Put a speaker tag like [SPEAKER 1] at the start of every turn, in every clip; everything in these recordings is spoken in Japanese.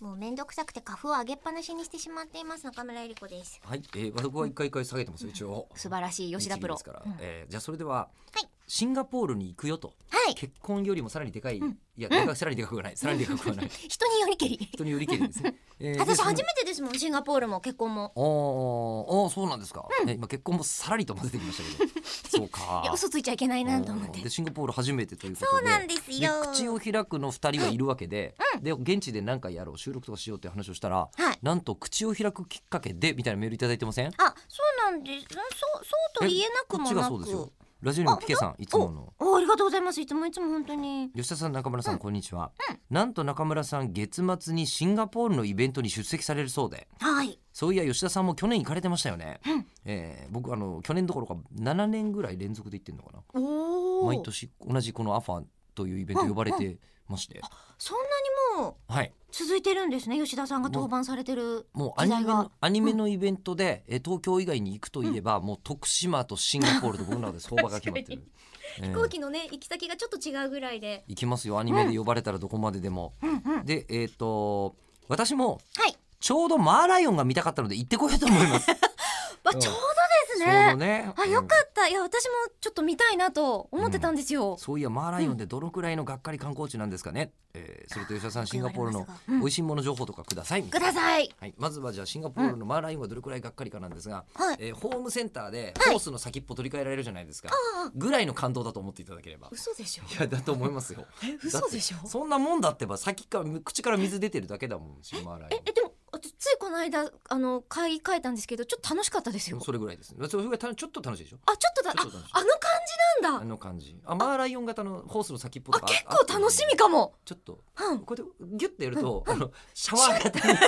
[SPEAKER 1] もうめんどくさくて花粉を上げっぱなしにしてしまっています中村えり子です
[SPEAKER 2] はい、えー、僕は一回一回下げてますよ、一応。
[SPEAKER 1] 素晴らしい吉田プロ
[SPEAKER 2] 日銀ですから、
[SPEAKER 1] うん
[SPEAKER 2] えーじゃあそれでは、
[SPEAKER 1] はい
[SPEAKER 2] シンガポールに行くよと、
[SPEAKER 1] はい
[SPEAKER 2] 結婚よりもさらにでかい、いや、でかさらにでかくはない、さらにでかく はない、
[SPEAKER 1] 人によりけり
[SPEAKER 2] 人によりけりですね。えーで
[SPEAKER 1] 私
[SPEAKER 2] その
[SPEAKER 1] 初めてですもんシンガポールも結婚も
[SPEAKER 2] あーあー、そうなんですか。ね、今結婚もさらりと混ぜてきましたけど。 そうか。
[SPEAKER 1] いや嘘ついちゃいけないなと思っ
[SPEAKER 2] うん
[SPEAKER 1] て
[SPEAKER 2] でシンガポール初めてということで
[SPEAKER 1] そうなんですよ
[SPEAKER 2] で口を開くの二人はいるわけで、で現地で何かやろう収録とかしようって話をしたら、
[SPEAKER 1] はい
[SPEAKER 2] なんと口を開くきっかけでみたいなメールいただいてません
[SPEAKER 1] あそうなんですうんそうそうと言えなくも
[SPEAKER 2] えこっちが
[SPEAKER 1] な
[SPEAKER 2] そうですよ
[SPEAKER 1] く
[SPEAKER 2] ラジオネームピケさんいつもの
[SPEAKER 1] おありがとうございますいつもいつも本当に
[SPEAKER 2] 吉田さん中村さん、こんにちは、なんと中村さん月末にシンガポールのイベントに出席されるそうで
[SPEAKER 1] はい
[SPEAKER 2] そういや吉田さんも去年行かれてましたよね、えー僕あの去年どころか7年ぐらい連続で行ってんのかな
[SPEAKER 1] おお
[SPEAKER 2] 毎年同じこのアファというイベント呼ばれてまして、
[SPEAKER 1] そんなにもう
[SPEAKER 2] はい
[SPEAKER 1] 続いてるんですね吉田さんが登板されてる
[SPEAKER 2] もうア
[SPEAKER 1] 時
[SPEAKER 2] ニ
[SPEAKER 1] 代
[SPEAKER 2] メ
[SPEAKER 1] が
[SPEAKER 2] のアニメのイベントで、えー東京以外に行くといえば、もう徳島とシンガポールと僕の中で相場が決 まってるえー
[SPEAKER 1] 飛行機のね行き先がちょっと違うぐらいで
[SPEAKER 2] 行きますよアニメで呼ばれたらどこまででも、
[SPEAKER 1] うんうんはい
[SPEAKER 2] でえっ、と私もちょうどマーライオンが見たかったので行ってこようと思います
[SPEAKER 1] あ
[SPEAKER 2] うん
[SPEAKER 1] ちょうどです
[SPEAKER 2] ちょう
[SPEAKER 1] ね
[SPEAKER 2] どね
[SPEAKER 1] あよかったいや私もちょっと見たいなと思ってたんです
[SPEAKER 2] うん
[SPEAKER 1] よ
[SPEAKER 2] そういやマーライオンってどのくらいのがっかり観光地なんですかね、えーそれと吉田さんシンガポールの
[SPEAKER 1] うん
[SPEAKER 2] 美味しいもの情報とかくださいみた
[SPEAKER 1] く
[SPEAKER 2] いな
[SPEAKER 1] ださい
[SPEAKER 2] はい、まずはじゃあシンガポールのマーライオンがどれくらいがっかりかなんですが、
[SPEAKER 1] はい
[SPEAKER 2] えーホームセンターで
[SPEAKER 1] はい
[SPEAKER 2] ホースの先っぽ取り替えられるじゃないですか、
[SPEAKER 1] ああ
[SPEAKER 2] ぐらいの感動だと思っていただければ
[SPEAKER 1] 嘘でしょ
[SPEAKER 2] いやだと思いますよ
[SPEAKER 1] え嘘でしょ
[SPEAKER 2] だってそんなもんだってば先から口から水出てるだけだもんシマーライ
[SPEAKER 1] ええでも私ついこの間あの買い替えたんですけどちょっと楽しかったですよ
[SPEAKER 2] オンそれぐらいですねそれぐらいたちょっと楽しいでしょ
[SPEAKER 1] あちょっとだあ
[SPEAKER 2] ちょっと楽しい
[SPEAKER 1] あの感じな
[SPEAKER 2] あ
[SPEAKER 1] んだ
[SPEAKER 2] の感じあマーライオン型のホースの先っぽ
[SPEAKER 1] あ
[SPEAKER 2] とか
[SPEAKER 1] 結構楽しみかも
[SPEAKER 2] ちょっと
[SPEAKER 1] うん
[SPEAKER 2] こうやってギュッてやると、あのシャワー型に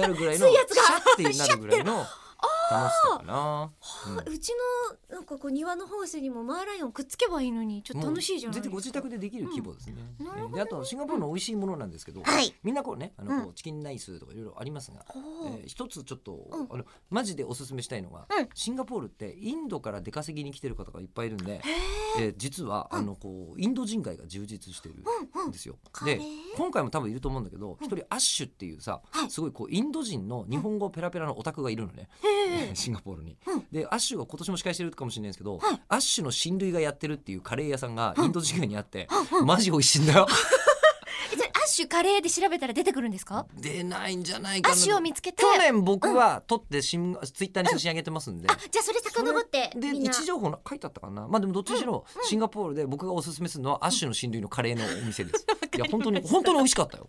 [SPEAKER 2] なるぐらい の
[SPEAKER 1] 熱いやつが
[SPEAKER 2] シャッてなるぐらいの楽しさかなうん
[SPEAKER 1] うちのなんかこう庭のホースにもマーライオンくっつけばいいのにちょっと楽しいじゃない
[SPEAKER 2] 全
[SPEAKER 1] です
[SPEAKER 2] 然
[SPEAKER 1] か
[SPEAKER 2] ご自宅でできる規模ですね。
[SPEAKER 1] うんなるほどね
[SPEAKER 2] であとシンガポールの美味しいものなんですけど、
[SPEAKER 1] はい
[SPEAKER 2] みんなこうねあのこ
[SPEAKER 1] う
[SPEAKER 2] うチキンライスとかいろいろありますが、
[SPEAKER 1] ほう
[SPEAKER 2] えー一つちょっと、
[SPEAKER 1] うん
[SPEAKER 2] あのマジでおすすめしたいのが、
[SPEAKER 1] うん
[SPEAKER 2] シンガポールってインドから出稼ぎに来てる方がいっぱいいるんで、
[SPEAKER 1] へえ
[SPEAKER 2] えー実はあのこうインド人街が充実してる
[SPEAKER 1] うんうんん
[SPEAKER 2] ですよ。
[SPEAKER 1] カレー
[SPEAKER 2] で今回も多分いると思うんだけど一人アッシュっていうさ、
[SPEAKER 1] はい
[SPEAKER 2] すごいこうインド人の日本語ペラペラのオタクがいるのね、
[SPEAKER 1] へえ
[SPEAKER 2] シンガポールに。
[SPEAKER 1] うん
[SPEAKER 2] でアッシュが今年も司会してるかもしれないですけど、
[SPEAKER 1] はい
[SPEAKER 2] アッシュの親類がやってるっていうカレー屋さんがインド時間にあって、
[SPEAKER 1] うんうん
[SPEAKER 2] マジ美味しいんだよ。
[SPEAKER 1] えじゃあアッシュカレーで調べたら出てくるんですか
[SPEAKER 2] 出ないんじゃない
[SPEAKER 1] ア
[SPEAKER 2] か
[SPEAKER 1] ッ
[SPEAKER 2] な。
[SPEAKER 1] シュを見つけて
[SPEAKER 2] 去年僕は撮ってシン、ツイッターに写真上げてますんで。
[SPEAKER 1] あじゃあそれ遡って
[SPEAKER 2] で
[SPEAKER 1] みん
[SPEAKER 2] 位
[SPEAKER 1] な
[SPEAKER 2] 置情報の書いてあったかなまあでもどっちにしろシンガポールで僕がおすすめするのはアッシュの親類のカレーのお店です、いや本当に本当に美味しかったよ